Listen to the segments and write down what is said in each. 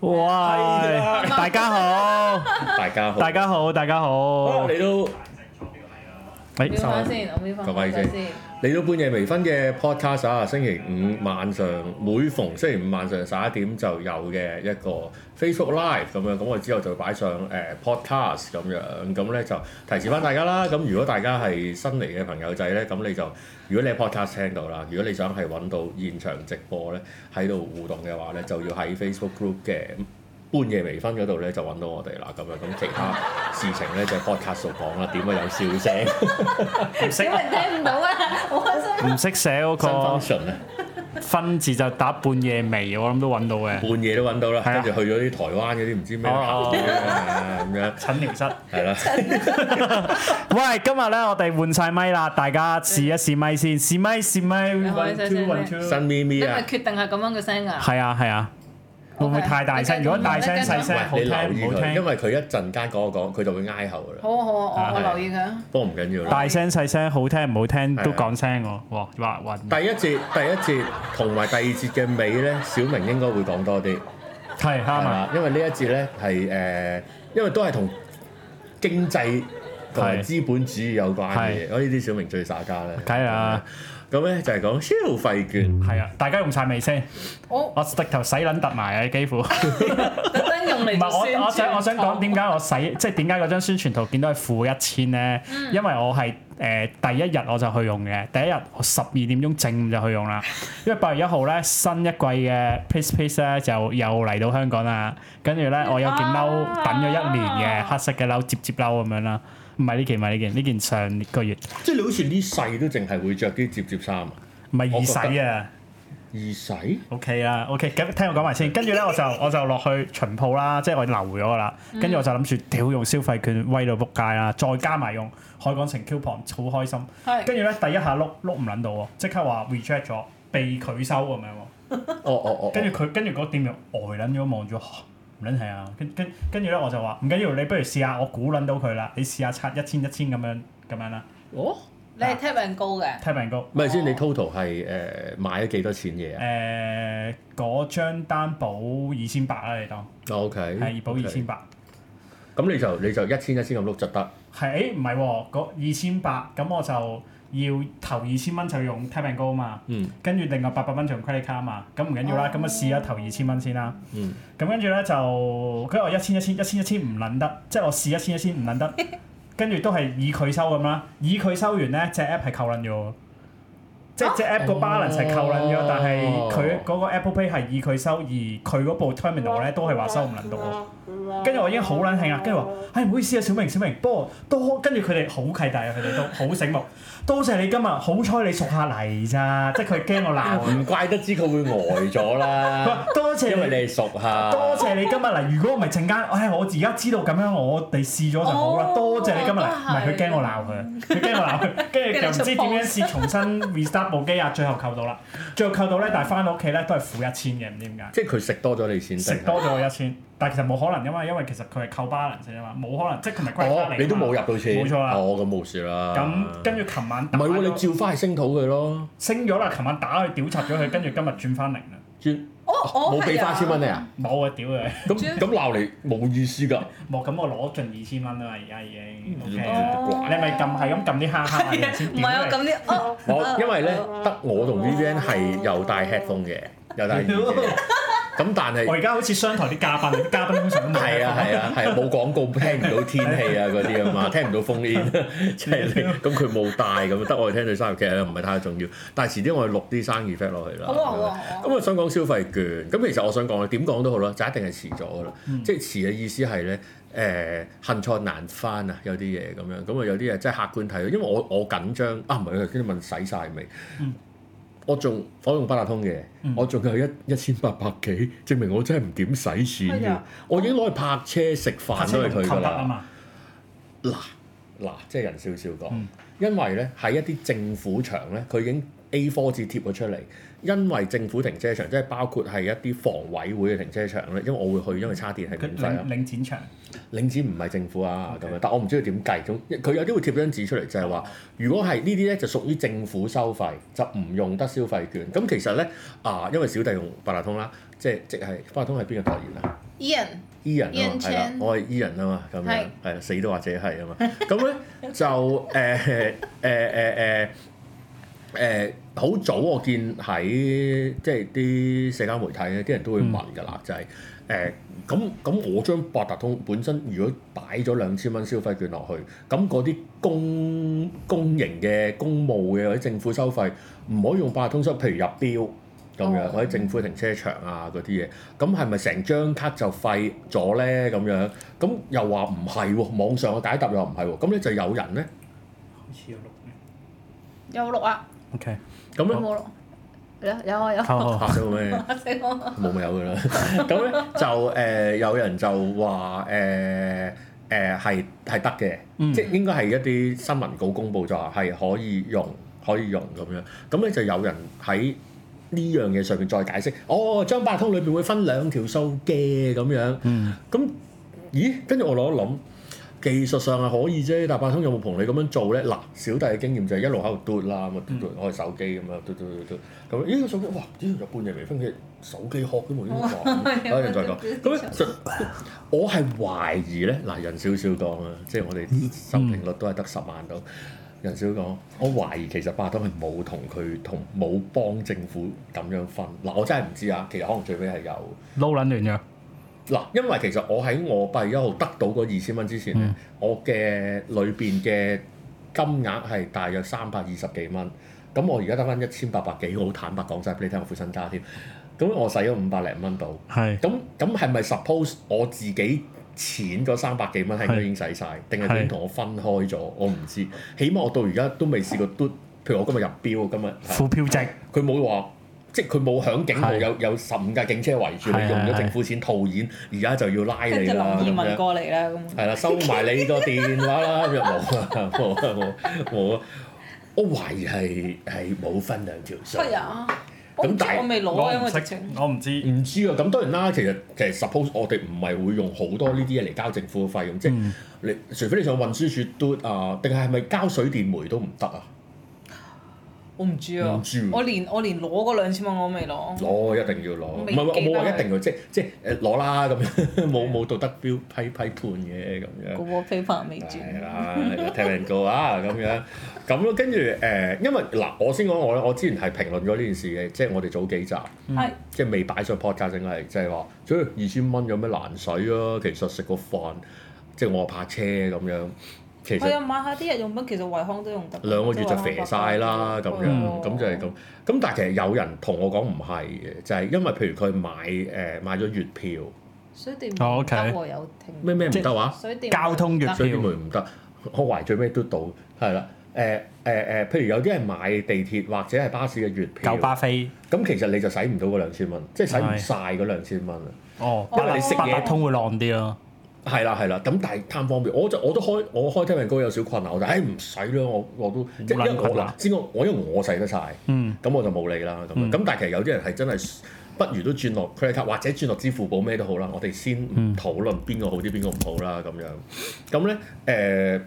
哇！大家好，大家好，大家好，大家好好，。你都哎，瞄翻先，我瞄翻各位先。你都半夜微醺嘅 podcast 啊，星期五晚上每逢星期五晚上十一點就有嘅一個 Facebook Live 咁樣，咁我之後就擺上誒、呃 podcast 咁樣，咁咧就提示翻大家啦。咁如果大家係新嚟嘅朋友仔咧，咁你就如果你喺 podcast 聽到啦，如果你想係揾到現場直播咧喺度互動嘅話咧，就要喺 Facebook group 嘅。半夜微醺嗰度咧就揾到我哋啦，咁樣咁其他事情咧就 podcast 度講啦，點啊會有笑聲唔識小明聽唔到啊！ 我開 心。唔識寫嗰新個 function 啊！分字就打半夜微，我諗都揾到嘅。半夜都揾到啦，係啊跟住去咗啲台灣嗰啲唔知咩哦啊咁樣，診療室。係 啦，喂，今日咧我哋換晒咪啦，大家試一試咪先，試咪試咪開，one 聲 two 聲 one two。新咪你咪咪啊！決定係咁樣嘅聲㗎。係啊係啊，會唔會太大聲？如果大聲細聲好你聽留意唔好佢，因聽？為佢一陣間講一講，佢就會挨後噶啦。好啊好啊，我我係啊留意佢。不過唔緊要啦。大聲細聲好聽唔好聽都講聲喎，哇哇暈。第一節、第一節同埋第二節嘅尾咧，小明應該會講多啲，係啱係啊。啦，因為呢一節咧係誒，因為都係同經濟同埋係資本主義有關嘅嘢，係所以啲小明最耍家咧。梗係啦。咁咧就係講消費券，係啊，大家用晒未先？我我直頭洗撚突埋啊，幾乎。唔特登用嚟係做宣傳我我想我想講點解我洗，即係點解嗰張宣傳圖見到係負一千咧？嗯因為我係誒、呃第一日我就去用嘅，第一日我十二點鐘正午就去用啦。因為八月一號咧新一季嘅 Pace Pace 咧就又嚟到香港啦，跟住咧我有件褸啊等咗一年嘅黑色嘅褸，接接褸咁樣啦。唔係呢件，唔係呢件，呢件上個月即係你好似呢世都淨係會着啲摺摺衫啊。唔係我易覺得洗啊。易洗 OK 啦，OK，咁聽我講埋先，跟住咧我就我就落去巡鋪啦，即係我留咗噶啦，跟住我就諗住屌用消費券威到仆街啦，再加埋用海港城 coupon，好開心。係跟住咧第一下碌碌唔撚到喎，即刻話 reject 咗，被拒收咁樣喎。哦哦哦，跟住佢跟住嗰店員呆撚咗望咗，嚇唔撚係啊。跟跟跟住咧我就話唔緊要，你不如試下，我估撚到佢啦，你試下刷一千一千咁樣咁樣啦哦，你係 tap and go 嘅。 ，tap and go。唔係先，你 total 係誒買咗幾多錢誒、嘢啊嗰張單保二千八啦，你當哦？OK，係保二千 OK，八。咁你就你就一千一千咁碌就得。係，誒唔係喎，嗰二千八咁我就要頭二千蚊就用 Tap and Go 嘛，嗯跟住另外八百蚊就用 credit card 嘛，咁唔緊要啦，咁啊試下頭二千蚊先啦，嗯，咁跟住咧就跟住我一千一千一千一千唔撚得，即係我試一千一千唔撚得，跟住都係以佢收咁啦，以佢收完咧隻 app 係扣撚咗喎。即係隻 app 個 balance 係扣撚咗，但係佢嗰個 Apple Pay 係以佢收，而佢嗰部 terminal 咧都係話收唔撚到喎。跟住我已經好撚興啦，跟住話：，唉、唔好意思啊，小明，小明，不過多跟住佢哋好契弟啊，佢哋都好醒目，多謝你今日，好彩你熟下嚟咋，即係佢驚我鬧，唔怪得知佢會呆咗佢話，啦 多謝因為你。你係啊熟下。多謝你今日嚟，如果唔係陣間，唉，我而家知道咁樣，我哋試咗就好啦。哦多謝你今日嚟，都係唔係佢驚我鬧佢，佢驚我鬧佢，跟住就唔知點樣試重新 restart 部機啊，最後扣到啦，最後扣到咧，但係翻到屋企咧都係負一千嘅，唔知點解。即係佢食多咗你錢。食定係哦多咗我一千，但係其實冇可能，因為因為其實佢係扣 balance 啊嘛，冇可能，即係佢咪歸翻哦嚟。，你都冇入到錢。冇錯啦哦，咁冇事啦。咁跟住琴晚打唔係喎，你咗照翻係升土佢咯，升咗啦，琴晚打佢屌柒咗佢，跟住今日轉翻零啦，轉我我係哦冇俾啊翻千蚊你啊？冇啊屌佢， 咁咁鬧你冇意思㗎。冇咁我攞盡二千蚊啦，而家已經。O 嗯 K，哦你咪撳係咁撳啲蝦蝦人先唔屌係啊，你。咁啲哦我因為咧，得我同 Vivian 係有戴 headphone 嘅，有戴耳機嘅。 咁但係我。而家好似商台啲嘉賓， 啲嘉賓通常都冇。係啊係啊係啊，冇廣告聽唔到天氣啊嗰啲啊嘛，聽唔到風煙，即係你咁佢冇帶咁，得我哋聽到生日劇唔係太重要。但係遲啲我哋錄啲生意 f a c t 落去啦。好啊好啊好啊咁我想講消費券，咁其實我想講咧，點講都好啦，就一定係遲咗噶啦。嗯即係遲嘅意思係咧，誒、恨錯難翻啊，有啲嘢咁樣，咁啊有啲嘢真係客觀睇到，因為我我緊張啊，唔係跟住問使晒未？嗯我仲我用八達通嘅，我仲有一一千八百幾，證明我真係唔點使錢係嘅啊。我已經攞去泊車食飯都係佢扣㗎得啊啦。嘛，嗱嗱，即係人少少講，嗯因為咧喺一啲政府場咧，佢已經 A4 紙貼咗出嚟。因為政府停車場，即係包括係一啲房委會嘅停車場咧，因為我會去，因為叉電係佢免費啊領。領展場領展唔係政府啊咁 OK 哦樣，但我唔知佢點計。咁佢有啲會貼張紙出嚟，就係話如果係呢啲咧就屬於政府收費，就唔用得消費券。咁其實咧啊，因為小弟用八達通啦，即係即係八達通係邊個代言啊？ Ian E 人啊嘛， Ian 係啦 Chan，我係 E 人啊嘛，咁樣係係啦，死都或者係啊嘛， 咁咧就誒誒誒誒誒，好早我見喺即係啲社交媒體咧，啲人都會問㗎啦，就係誒咁咁我將八達通本身如果擺咗兩千蚊消費券落去，咁嗰啲公公營嘅公務嘅或者政府收費唔可以用八達通收，譬如入標。咁樣，哦或者政府停車場啊嗰啲嘢，咁係咪成張卡就廢咗咧？咁樣，咁又話唔係喎，網上嘅解答又話唔係喎，咁咧就有人咧，好似有六有冇錄啊？ OK，咁有咧冇錄？有有啊有好啊。好嚇 好，死我咩？嚇死我！冇咪有噶啦， 咁咧就誒、有人就話誒誒係係得嘅，嗯即係應該係一啲新聞稿公佈就話係可以用可以用咁樣，咁咧就有人喺呢樣嘢上面再解釋，哦，張八達通裏邊會分兩條數嘅咁樣。嗯，咁咦？跟住我攞一諗，技術上係可以啫，但八達通有冇同你咁樣做咧？嗱，小弟嘅經驗就係一路喺度嘟啦，咁啊嘟嘟開手機咁啊樣嘟嘟嘟嘟，咁咦個手機哇，咦有半夜微醺嘅手機殼都冇，哇！有人再講，咁咧就我係懷疑咧，嗱人少少講啊，即係我哋收聽率都係得十萬到。人少講，我懷疑其實八達通係冇同佢同冇幫政府咁樣分，嗱我真係唔知啊，其實可能最尾係有。撈撚亂咗，嗱，因為其實我喺我八月一號得到嗰二千蚊之前咧，嗯我嘅裏邊嘅金額係大約三百二十幾蚊，咁我而家得翻一千八百幾，我好坦白講晒俾你聽，我副身家添，咁我使咗五百零蚊度， 係咁咁係咪 suppose 我自己錢嗰三百幾蚊係應該已經使晒，定係佢已經係同我分開咗？我唔知，起碼我到而家都未試過嘟，譬如我今日入標，今日啊負票值，佢冇話，即係佢冇響警號係有有十五架警車圍住你，係用咗係政府錢套現，而家就要拉跟你住林啦咁二汶樣。過嚟啦，咁係啦，收埋你個電話啦，咁又冇啊，冇啊，冇啊冇啊！我懷疑係係冇分兩條數。係啊！我咁唔知但係我未攞啊，因我為唔直識情，我唔知，唔知啊，咁當然啦，其實其實 suppose 我哋唔係會用好多呢啲嘢嚟交政府嘅費用，即係嗯你除非你上運輸署嘟啊，定係係咪交水電煤都唔得啊？我唔知啊唔知，我連我連攞嗰兩千蚊我都未攞，攞一定要攞，唔未係唔係我記冇得話一佢定要，即即誒攞啦咁樣，冇冇道德標批批判嘅咁樣。個 wallpaper 未係轉，啦，聽人告啊咁樣，咁咯，跟住誒，因為嗱，我先講我咧，我之前係評論咗呢件事嘅，即係我哋早幾集，係即係未擺上 podcast 應該係，即係話，所以二千蚊有咩難使啊？其實食個飯，即係我泊車咁樣，其係實啊，買下啲日用品，其實惠康都用得。兩個月就肥晒啦咁樣，嗯咁就係咁。咁但係其實有人同我講唔係嘅，就係因為譬如佢買誒買咗月票，水電哦唔，OK 得喎，有停咩咩唔得話？水電交通月唔得所以咪唔得。我懷最尾都到，係啦。誒誒誒，譬如有啲係買地鐵或者係巴士嘅月票九，巴飛，咁其實你就使唔到嗰兩千蚊，即係使唔係晒嗰兩千蚊啊。哦，因為你識嘢八達通會浪啲咯，係啦係啦，咁但係貪方便，我就我都開我開聽人歌有少困難，我就誒唔使啦，我我都即係冇撚因為我困嗱難，先講我因為我使得晒，嗯，咁我就冇理啦咁樣。嗯咁但係其實有啲人係真係不如都轉落 credit card 或者轉落支付寶咩都好啦，我哋先唔討論邊個好啲邊個唔好啦咁樣。咁咧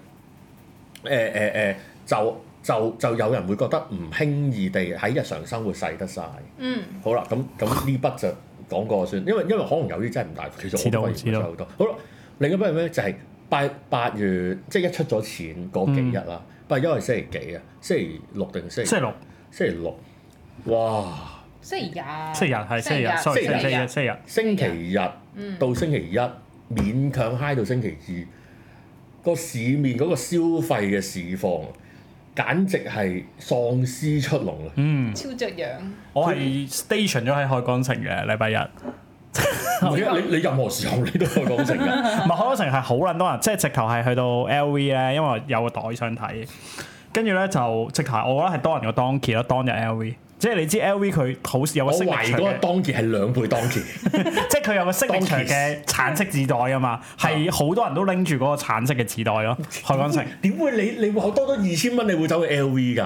誒誒誒誒就就就有人會覺得唔輕易地喺日常生活使得晒。嗯，好啦，咁咁呢筆就講過先，因為因為可能有啲真係唔大，其實我都發現唔係好多。好啦，另一筆係咩？就係、八八月即係一出咗錢嗰幾日啦，八月一係星期幾啊？星期六定星期星期六、星期六？哇！星期日，星期日係星期日星，sorry，期星日期日、星期日，星期日到星期一，勉強嗨到星期二，個市面嗰個消費嘅市況，簡直係喪屍出籠啊！嗯，超着樣，我係 station 咗喺海港城嘅禮拜日。唔係啊你你任何時候你都可以講 成㗎，唔係海港城係好撚多人，即係直頭係去到 LV 咧，因為我有個袋想睇，跟住咧就直頭係，我覺得係多人過當期咯，當日 LV。即係你知 LV 佢好有個我星力懷疑嗰個嘅，當期係兩倍當期。即係佢有個星力場嘅橙色紙袋啊嘛，係好多人都拎住嗰個橙色嘅紙袋咯。海港城 點會你你會多咗二千蚊，你會走去 LV 㗎？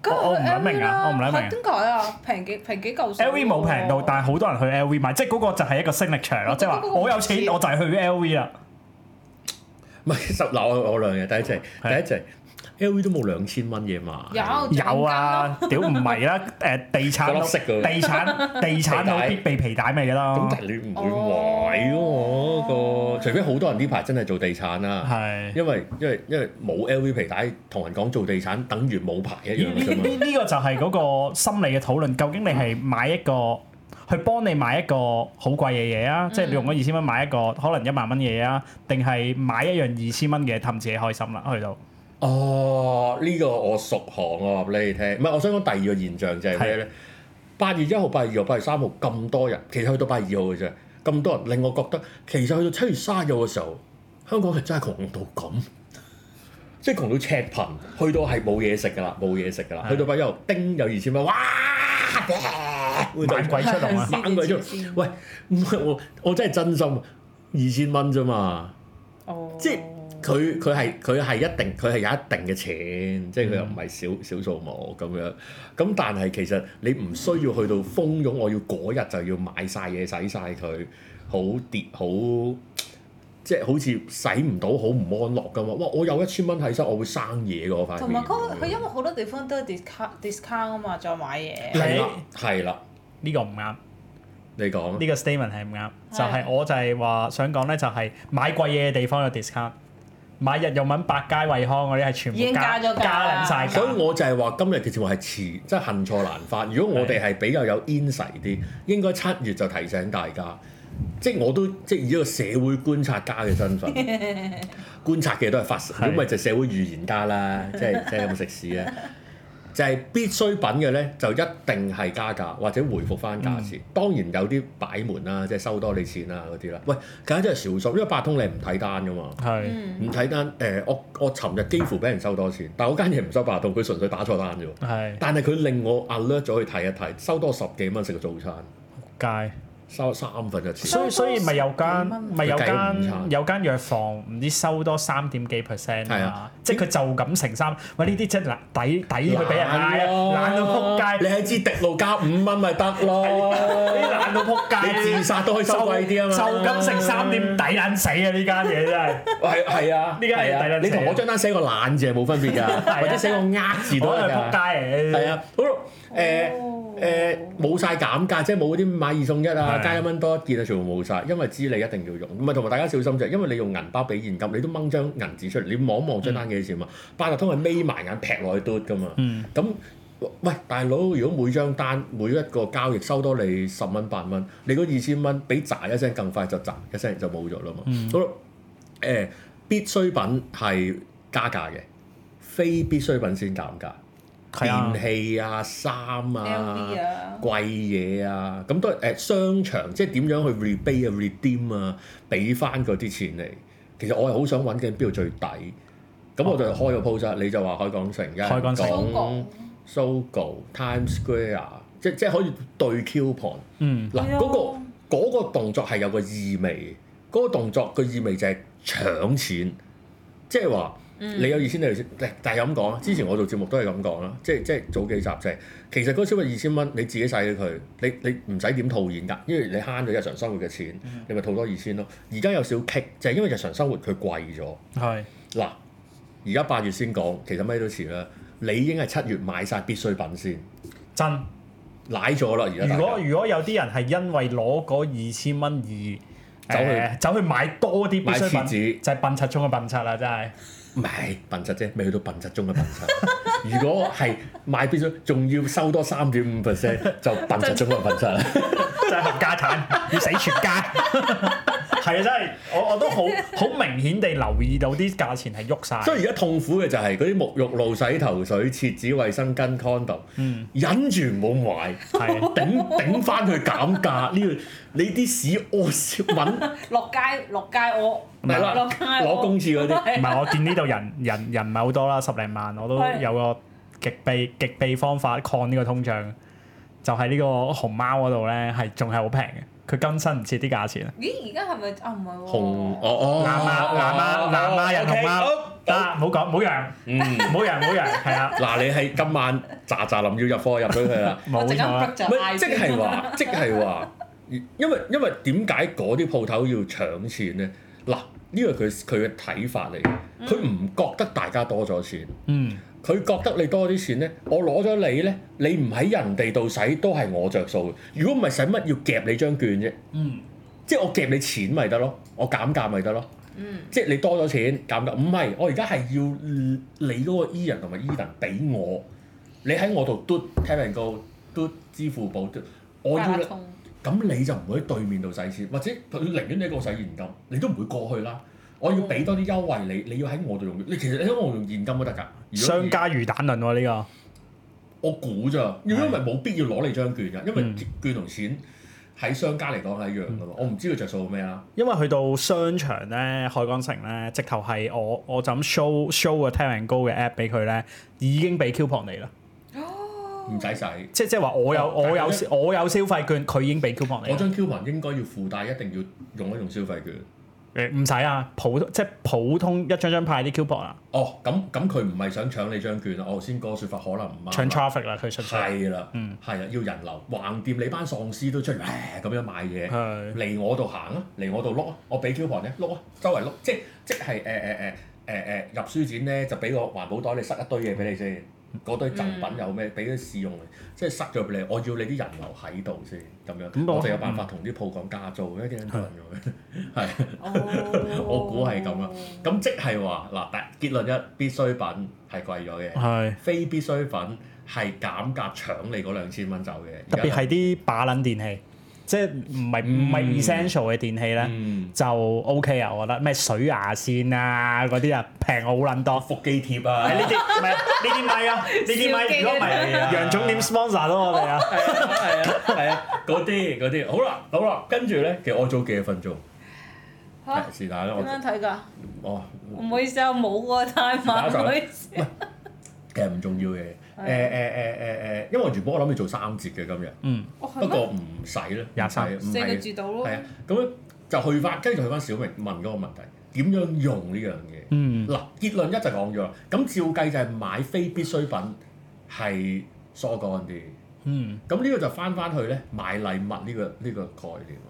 咁我我唔諗明啊 LV 啦我唔諗明啊嚇點解啊？平幾平幾嚿水 LV 冇平到，但係好多人去 LV 買，即係嗰個就係一哦個星力場咯，即係話我有錢我就係去 LV 啦。唔係十嗱，我我兩嘢，第一隻第係一隻 LV 都冇兩千蚊嘢嘛。有有啊， 屌唔係啦，誒地產嗰粒色嗰個 地產地產佬必備皮帶咪㗎啦。咁但係你唔會買喎，除非好多人呢排真係做地產啦，係。因為因為因為冇 LV 皮帶同人講做地產，等於冇牌一呢樣呢啫嘛。呢呢個就係嗰個心理嘅討論，究竟你係買一個去幫你買一個好貴嘅嘢啊，即係你用咗二千蚊買一個可能一萬蚊嘅嘢啊，定係買一樣二千蚊嘅氹自己開心啦，去到哦，呢、個我熟行我話俾你聽。唔係，我想講第二個現象就係咩咧？八月一號、八月二號、八月三號咁多人，其實去到八月二號嘅啫，咁多人令我覺得其實去到七月三十號嘅時候，香港係真係窮到咁，即係窮到赤貧，去到係冇嘢食㗎啦，冇嘢食㗎啦。係去到八月一號，叮有二千蚊，哇！會就猛鬼出 動啊！猛鬼出黐線嚟，喂，唔係我我真係真心啊，二千蚊啫嘛。哦，即係佢佢係佢係一定佢係有一定嘅錢，即係佢又唔係少少數目咁樣。咁但係其實你唔需要去到蜂擁，我要嗰日就要買晒嘢使晒佢，好跌好。即係好似使唔到，好唔安樂㗎嘛！哇，我有一千蚊喺身，我會生嘢㗎嗰塊面。同埋佢佢因為好多地方都有 discount discount 啊嘛，再買嘢。係啦，係啦，呢個唔啱，你講啊呢個 statement 係唔啱，係就係我就係話想講咧，就係買貴嘢嘅地方有 discount，買日用品百佳惠康嗰啲係全部已經加咗價加撚晒所以價，我就係話今日嘅節目係遲，真係恨錯難發。如果我哋係比較有 insight 啲，應該七月就提醒大家。即係我都即係以一個社會觀察家嘅身份，觀察嘅都係發生，係如果唔係就社會預言家啦，即係即係有冇食屎啊？就係必需品嘅咧，就一定係加價或者回復翻價錢。當然有啲擺門啦，即係收多你錢啊嗰啲啦。喂，梗係真係少數，因為八通你唔睇單噶嘛。係嗯，唔睇單，誒、我我尋日幾乎俾人收多錢，但係嗰間嘢唔收八達通，佢純粹打錯單啫喎。係但係佢令我 alert 咗去睇一睇，收多十幾蚊食個早餐，街。收三分一錢。所以所以咪有間咪有佢計午餐間有間藥房唔知收多三點幾 percent 係啊啊！即係佢就咁成三，喂呢啲真係抵抵佢俾人嗌啊！懶到撲街，你喺支滴路加五蚊咪得咯。你懶到撲街，你自殺都可以收貴啲啊嘛啊就咁成三點抵撚死啊！呢間嘢真係，係係啊，呢間嘢抵係得啊，死你同我張單寫個懶字係冇分別㗎，啊或者寫個呃字都我得係㗎撲。街嚟。係啊，好啦誒哦誒冇晒減價，即係冇嗰啲買二送一啊，係加一蚊多一件啊，全部冇晒，因為知你一定要用，唔啊係同埋大家小心就係因為你用銀包俾現金，你都掹張銀紙出嚟，你望一望張單幾錢嘛？八達通係眯埋眼劈落去嘟㗎嘛，嗯咁。喂，大佬，如果每張單每一個交易收多你十蚊八蚊，你嗰二千蚊俾喳一聲更快就喳一聲就冇咗啦嘛。嗯好啦，誒、必需品係加價嘅，非必需品先減價。係啊電器啊、衫 LV 啊、啊，貴嘢啊，咁都係誒、商場，即係點樣去 rebate 啊、redeem 啊，俾翻嗰啲錢嚟。其實我係好想揾緊邊度最抵，咁我就開個 post 啦你就話海港城，有人哦海港城中國講 Sogo、Times Square，即啊即係可以對 coupon。嗯，嗱係啊嗰、個嗰、個動作係有個意味，嗰、個動作個意味就係搶錢，即係話嗯你有二千你有二千，但但係咁講啊，之前我做節目都係咁講啦，啊即係即係早幾集就係、其實嗰消費二千蚊你自己使咗佢，你你唔使點套現㗎，因為你慳咗日常生活嘅錢，嗯你咪套多二千咯。而家有少棘就係因為日常生活佢貴咗。係嗱，而家八月先講，其實咩都遲啦，理應係七月買晒必需品先，真。奶咗啦而家大家。如果如果有啲人係因為攞嗰二千蚊而走去誒走去買多啲必需買廁品，紙就係笨柒中嘅笨柒啦！真係。唔係笨質啫，未去到笨質中嘅笨質。如果係買必須，仲要收多三點五 percent，就笨質中嘅笨質。就係合家 產，要死全家。係啊，真係我我都好好明顯地留意到啲價錢係喐晒。所以而家痛苦嘅就係嗰啲沐浴露、洗頭水、廁紙、衛生巾、condom，嗯忍住唔好買，係頂頂翻佢減價。呢個你啲屎屙屎揾落街落街我係啦落街攞公廁嗰啲唔係我見呢度人人人唔係好多啦，十零萬我都係有個極秘極秘方法抗呢個通脹，就係、呢個熊貓嗰度咧係仲係好平嘅，佢更新唔切啲價錢啊。 咦？而家係咪啊？唔係喎，紅哦哦，藍媽藍媽藍媽人熊貓得，唔好講唔好揚嗯，唔好揚唔好揚，係啊，嗱你係今晚喳喳臨要入貨入咗佢啦。冇我陣間錯啊啦 break 就唔嗌係，即先係 話，即係話，因為因為點解嗰啲鋪頭要搶錢咧？嗱，呢個佢佢嘅睇法嚟，嗯佢唔覺得大家多咗錢，嗯佢覺得你多啲錢咧，我攞咗你咧，你唔喺人哋度使都係我着數嘅。如果唔係使乜要夾你張券啫？嗯即係我夾你錢咪得咯，我減價咪得咯。嗯，即係你多咗錢減價，唔係我而家係要你嗰個 E 人同埋 E 人俾我，你喺我度嘟 Tap and Go 嘟支付寶嘟，我八要達你通咁你就唔會喺對面度使錢，或者佢寧願你一個使現金，你都唔會過去啦。我要俾多啲優惠你，你要喺我度用，你其實你喺我度用現金都得㗎。如果商家魚蛋論喎呢我估咋，如果唔係冇必要攞你張券㗎，因為嗯券同錢喺商家嚟講係一樣㗎嘛。我唔知佢着數咩啊啦。個，因為去到商場咧，海港城咧，直頭係我我就咁 show show 個 Tap and Go 嘅 app 俾佢咧，已經俾 coupon 你啦。唔使使。即即係啊話我有哦我有但係咧我有消費券，佢已經俾 coupon 你我啦。張 coupon 應該要附帶，一定要用一用消費券。誒唔使啊，普通即係普通一張張派啲 coupon 啊，哦，咁咁佢唔係想搶你張券啊！我頭先嗰個説法可能唔搶啱啦。 traffic 啦，佢純粹哦係啦，嗯係啊，要人流，橫掂你班喪屍都出嚟唉咁樣買嘢。係嚟我度行啊，嚟我度碌啊，我俾 coupon 咧碌啊，周圍碌，即即係誒誒誒誒誒入書展咧就俾個環保袋你塞一堆嘢俾你先，嗰堆贈品有咩俾啲試用嚟，即係塞咗俾你，我要你啲人流喺度先咁樣，咁我我哋有辦法同啲鋪講加租一啲人咁樣，係 哦我估係咁啦。咁即係話嗱，但結論一必需品係貴咗嘅，係，非必需品係減價搶你嗰兩千蚊走嘅，特別係啲把撚電器，即係唔係唔係嗯 essential 嘅電器咧，嗯就 OK 啊，我覺得咩水牙線啊嗰啲啊平好撚多。腹肌貼啊係。呢啲唔係呢啲咪啊，呢啲笑咪機如果唔係係啊楊總點 sponsor 到我哋啊？係啊，係啊，嗰啲嗰啲，好啦，好啦，跟住咧，其實我早幾分鐘，嚇係是但啦，點樣我哦睇㗎？我唔好意思啊，冇嗰個 time 啊，打手唔好意思。其實唔重要嘅，誒誒誒誒誒，因為原本我諗住做三節嘅今日，嗯，哦不嗯係咩過唔使啦，廿三唔四個係，字到咯係。啊，咁樣就去翻，跟住就去翻小明問嗰個問題，點樣用呢樣嘢？嗯，嗱，結論一就講咗，咁照計就係買非必需品係疏乾啲。嗯，咁呢個就翻翻去咧買禮物呢、個呢、個概念啊，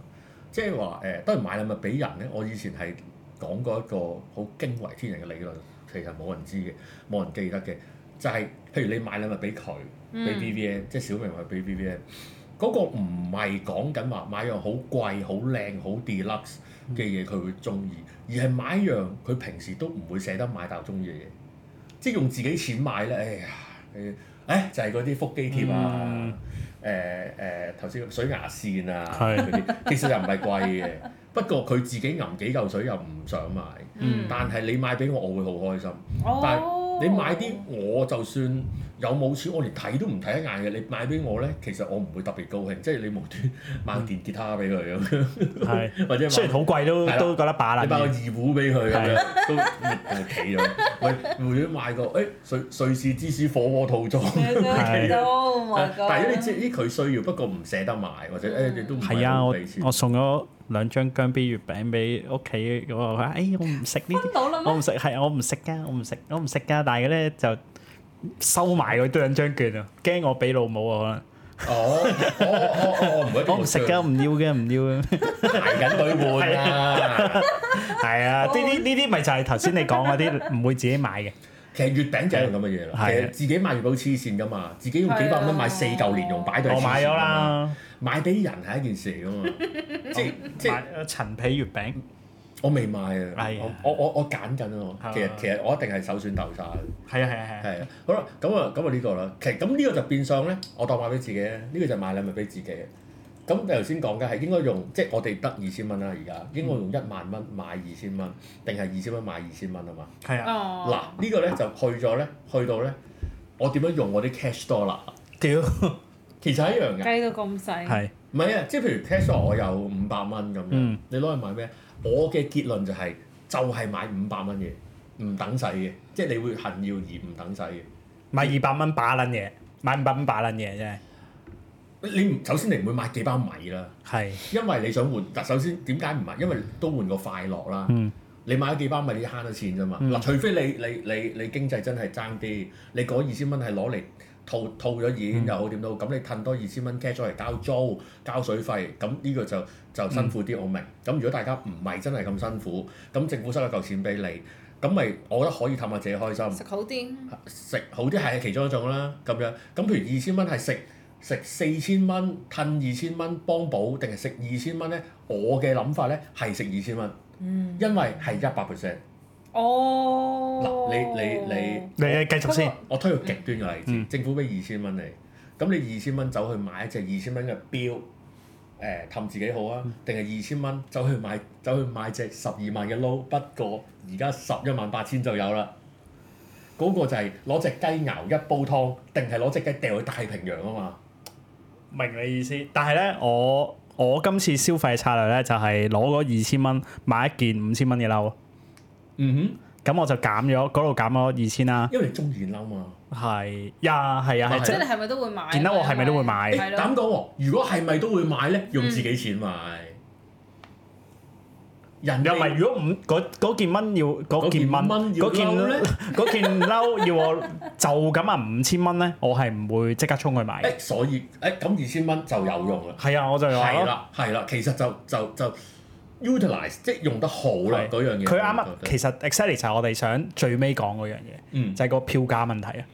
即係話誒，當然買禮物俾人咧，我以前係講過一個好驚為天人嘅理論，其實冇人知嘅，冇人記得嘅，就係、譬如你買禮物俾佢，俾嗯 B B N，即係小明話俾 B B N，嗰個唔係講緊話買樣好貴、好靚、好 deluxe 嘅嘢佢會中意，而係買一樣佢平時都唔會捨得買但係中意嘅嘢，即係用自己錢買咧，哎呀，誒、唉就係嗰啲腹肌貼啊嗯，誒誒頭先水牙線啊係嗰啲，其實又唔係貴嘅，不過佢自己揞幾嚿水又唔想買，嗯，但係你買俾我，我會好開心。但哦，你買啲我就算有冇錢，我連睇都唔睇一眼嘅，你買俾我咧，其實我唔會特別高興，即係你無端買個電吉他俾佢咁係。 樣，或者買雖然好貴都係啦都覺得把你撚買個電。二胡俾佢咁樣，都都企咗。喂，會唔會買個誒瑞瑞士芝士火鍋套裝？ 係係都唔係但係如果你知呢佢需要，不過唔捨得買，或者誒你都唔係啊，好我俾 錢我送咗兩張姜餅月餅俾屋企嗰個，佢話：哎，我唔食呢分啲，到啦我咩唔？食，係啊我唔食噶，我唔食，我唔食噶。但係咧就收埋佢兩張券啊，驚我俾老母啊，哦，我我我唔會可一定能我唔食噶，唔要嘅，唔要嘅。排緊隊換啊！ 係啊， 呢啲呢啲咪就係頭先你講嗰啲唔會自己買嘅，其實月餅就係咁嘅嘢係啊啦，其實自己買月餅好黐線噶嘛，自己用幾百蚊買四嚿蓮蓉擺到 係啊我買黐線咗㗎嘛，啦，買俾人係一件事嚟噶 嘛，即即買咗陳皮月餅，我未買哎呀啊，我我我我揀緊啊係啊我，其實其實我一定係首選豆沙嘅。係啊係啊係啊，係啊，好啦，咁啊，咁啊呢個啦，其實咁呢個就變相咧，我當買俾自己咧，呢、個就買禮物俾自己。咁你頭先講嘅係應該用，即係我哋得二千蚊啦，而家應該用一萬蚊買二千蚊，定係二千蚊買二千蚊啊嘛？係啊，嗱、哦，呢個咧就去咗咧，去到咧，我點樣用我啲 cash 多啦？ 屌，其實係一樣嘅，計到咁細， 係唔係啊，即係譬如 cash 我有五百蚊咁樣，嗯你攞去買咩？我嘅結論就係、就係、買五百蚊嘢，唔等使嘅，即係你會恨要而唔等使嘅。買二百蚊把撚嘢，買五百蚊把撚嘢真係，你唔首先你唔會買幾包米啦，係因為你想換。但首先點解唔買？因為都換個快樂啦。嗯你買咗幾包米，你慳咗錢啫嘛。嗯嗱、除非你你你你經濟真係爭啲，你嗰二千蚊係攞嚟套套咗現又好點都好，咁你褪多二千蚊 cash 咗嚟交租、交水費，咁呢個就就辛苦啲，我明。咁如果大家唔係真係咁辛苦，咁政府收咗嚿錢俾你，咁咪我覺得可以氹下自己開心。食好啲。食好啲係其中一種啦，咁樣咁譬如二千蚊係食食四千蚊褪二千蚊幫補，定係食二千蚊咧？我嘅諗法咧係食二千蚊，因為係一百 percent。哦，嗱你你你你繼續先， 我推個極端嘅例子，嗯政府俾二千蚊你，咁你二千蚊走去買一隻二千蚊嘅表，誒、氹自己好啊，嗯定係二千蚊走去買走去買隻十二萬嘅撈，不過而家十一萬八千就有啦。嗰、個就係攞隻雞熬一煲湯，定係攞隻雞掉去太平洋啊嘛？明你意思。但係咧，我我今次消費策略咧就係攞嗰二千蚊買一件五千蚊嘅褸，嗯咁我就減咗嗰度減咗二千啦哼，。因為你中意嬲嘛。係呀，係呀，係即即係你係咪都會買？啊見得我係咪都會買誒係膽咯，講喎，如果係咪都會買咧？用自己錢買。人嗯又哋唔係，如果五嗰嗰件蚊要嗰嗰件件蚊蚊要嗰件褸呢嗰件褸要我就咁啊五千蚊咧，我係唔會即刻衝去買嘅。誒，所以誒咁二千蚊就有用啦。係啊，我就話係咯，啦，係啦，其實就就就 utilize 即係用得好啦係嗰樣嘢。佢啱啊我覺，得其實 exactly 就係我哋想最尾講嗰樣嘢，嗯，就係個票價問題啊。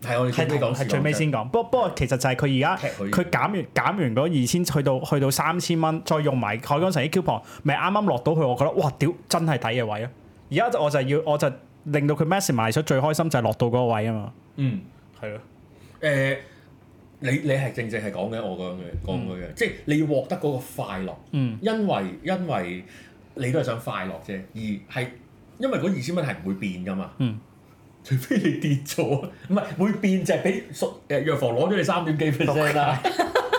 係我哋最尾講係時係最尾先講，不不過其實就係佢而家踢佢佢減完減完嗰二千，去到去到三千蚊，再用埋海港城啲 coupon，咪啱啱落到去，我覺得哇屌，真係抵嘅位咯！而家就我就要我就令到佢 max 埋咗最開心就係落到嗰個位啊嘛，嗯係咯，誒，呃你你係正正係講緊我講嘅講嗰樣，即係你要獲得嗰個快樂，嗯因為因為你都係想快樂啫，而係因為嗰二千蚊係唔會變噶嘛。嗯除非你跌咗，唔係會變就係俾熟誒藥房攞咗你三點幾 percent 啦，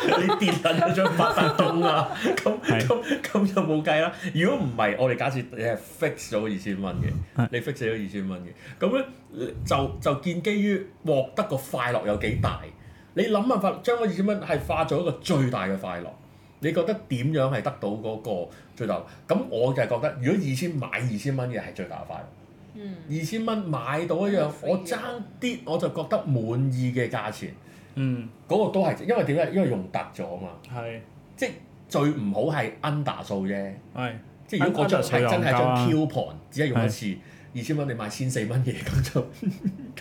你跌撚咗張八達通啦，咁係咁咁就冇計啦。如果唔係，我哋假設你係 fix 咗二千蚊嘅係，你 fix 咗二千蚊嘅，咁咧就就建基於獲得個快樂有幾大，你諗辦法將嗰二千蚊係化做一個最大嘅快樂。你覺得點樣係得到嗰個最大？咁我就係覺得，如果二千買二千蚊嘅係最大嘅快樂。嗯，二千蚊買到一樣，我爭啲我就覺得滿意嘅價錢，嗯嗰、個都係，因為點解？因為用突咗啊嘛，係即係最唔好係 under 數啫。係即係如果嗰張 Under 數又係唔真係夠啊張 coupon，只係用一次二千蚊，你買千四蚊嘢，咁就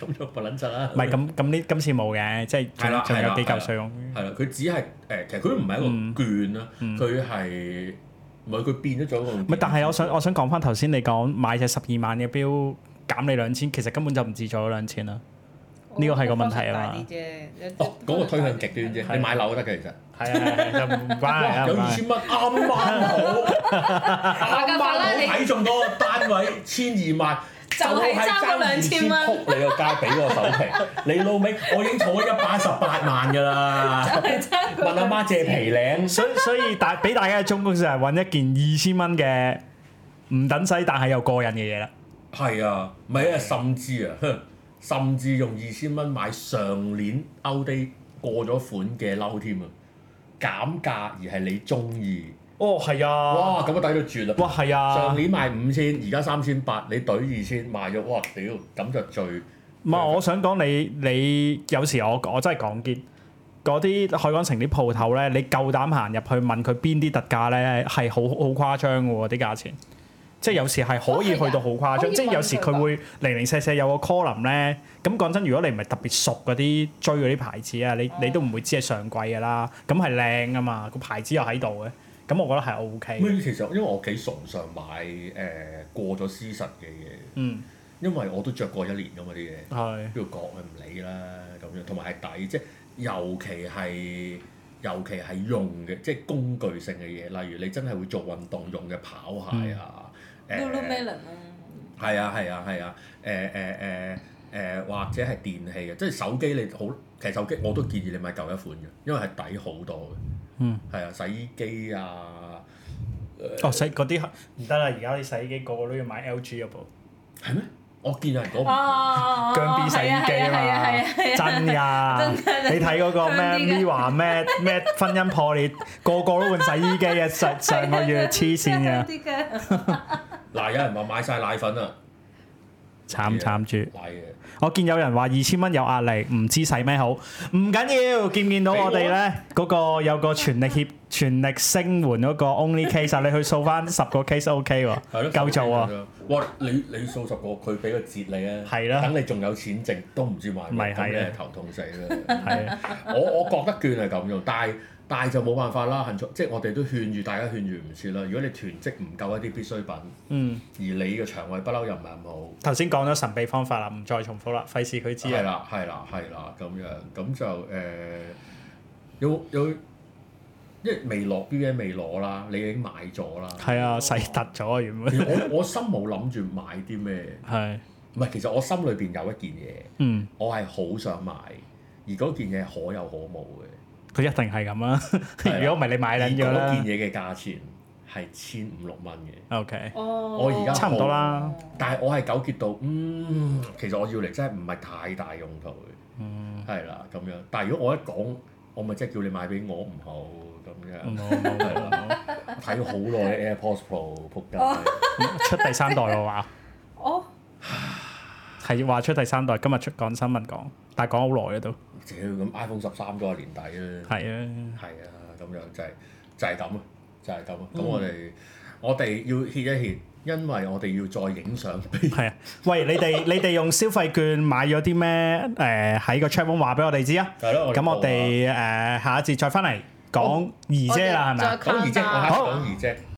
咁就不撚柒啦。唔係咁咁呢今次冇嘅，即係係啦仲仲係啦有幾係啦嚿水用。係啦，佢只係誒、其實佢都唔嗯係一個券啦，嗯佢係唔係佢變咗做一個券唔係，但係我想我想講翻頭先你講買隻十二萬嘅錶減你兩千，其實根本就唔止咗兩千啦。呢個係個問題啊嘛我覺得大啲啫有啲哦嗰、個推向極端啫，你買樓都得嘅其實。係啊，係啊就唔關係哇！啊，唔有關二係千蚊啱啱好，啱啱好睇中嗰個單位千二萬，就係爭嗰兩千蚊撲你個街俾個首期，你老味，我已經儲咗一百一十八萬㗎啦，係真問阿媽借皮領，所以所以大俾大家嘅忠告就係揾一件二千蚊嘅唔等使，但係又過癮嘅嘢啦。係啊，唔係啊，甚至啊，哼甚至用二千蚊買上年 out day 過咗款嘅褸添啊，減價而係你中意，哦，係啊哇！咁啊抵到絕啦！哇，係上啊，年賣五千，而家三千八，你懟二千賣咗，哇屌！咁就最唔係我想講你你有時我我真係講堅。嗰啲海港城啲鋪頭咧，你夠膽行入去問佢邊啲特價咧，係好好誇張嘅喎啲價錢，即係有時係可以去到好誇張，哦係啊即係有時佢會零零舍舍有個 column 咧。咁講真，如果你唔係特別熟嗰啲追嗰啲牌子啊，你你都唔會知係上貴嘅啦。咁係靚啊嘛，個牌子又喺度嘅，咁我覺得係 O 咩 K。其實因為我幾崇尚買誒、呃、過咗 season 嘅嘢，嗯，因為我都着過一年㗎嘛啲嘢，係邊度講啊佢唔理啦咁樣，同埋係抵，即係尤其係尤其係用嘅，即係工具性嘅嘢，例如你真係會做運動用嘅跑鞋啊，誒嗯 Lululemon 啊係啊係啊係啊，誒誒誒誒，或者係電器嘅，啊即係手機你好，其實手機我都建議你買舊一款嘅，因為係抵好多嘅。嗯，係啊，洗衣機啊，哦，洗嗰啲唔得啦，而家啲洗衣機個個都要買 L G 嗰部係咩？我見有人講唔哦，姜 B 洗衣機係啊啊係啊嘛，係啊，真㗎真㗎真，㗎你睇嗰個咩香啲㗎 Miwa 咩咩婚姻破裂，個個都換洗衣機 嘅，啊上上個月黐線嘅。嘅，嗱，有人話買晒奶粉啊，慘慘住。賴嘅。我見有人話二千蚊有壓力，唔知使咩好，唔緊要。見唔見到我哋呢？嗰個有個全力 協、全力聲援嗰個 Only Case 啊，你去掃翻十個 case OK 喎係咯，，夠做啊！！哇！你你數十個，佢俾個折你啊！係啦等你仲有錢剩，都唔知買咩，咪係啊咁你係頭痛 死啦！係啊，我 我覺得券係咁用，但係但係就冇辦法啦，幸存即係我哋都勸住大家勸住唔切啦。如果你囤積唔夠一啲必需品，而嗯，你嘅腸胃不嬲又唔係咁好，頭先講咗神秘方法啦，唔再重複啦，費事佢知係啊。啦係啦係啦咁樣，咁就誒、有有，因為未攞 B M 未攞啦，你已經買 咗啦。係啊，洗突咗啊原其本實我我心冇諗住買啲咩，係，唔係其實我心裏邊有一件嘢。嗯，我係好想買，而嗰件嘢可有可無佢嘅。一定係咁啦。係啦如果唔係啊你買撚咗而嗰啦。件嘢嘅價錢係千五六蚊嘅， OK，哦，我而家差唔多啦。但係我係糾結到，嗯，其實我要嚟真係唔係太大用途嘅，係啦咁樣。但係如果我一講，我咪即係叫你買俾我唔好咁冇樣。冇係冇冇啦，睇咗好 耐 AirPods Pro，仆哦街。出第三代喎話，哦，係話出第三代，今日出講新聞講，但係講好耐啊都。 屌咁 iPhone 十三都係年底啦。係啊，係啊，咁樣就係、就係咁啊，就係咁啊。咁我嗯哋我哋要歇一歇，因為我哋要再影相俾係啊。 喂，你哋你哋用消費券買咗啲咩？誒喺個 chat room 話俾我哋知啊。係咯。咁我哋誒下一節再翻嚟講姨姐啦，係咪啊？我哋再講二姐，我靠喺下度講二姐。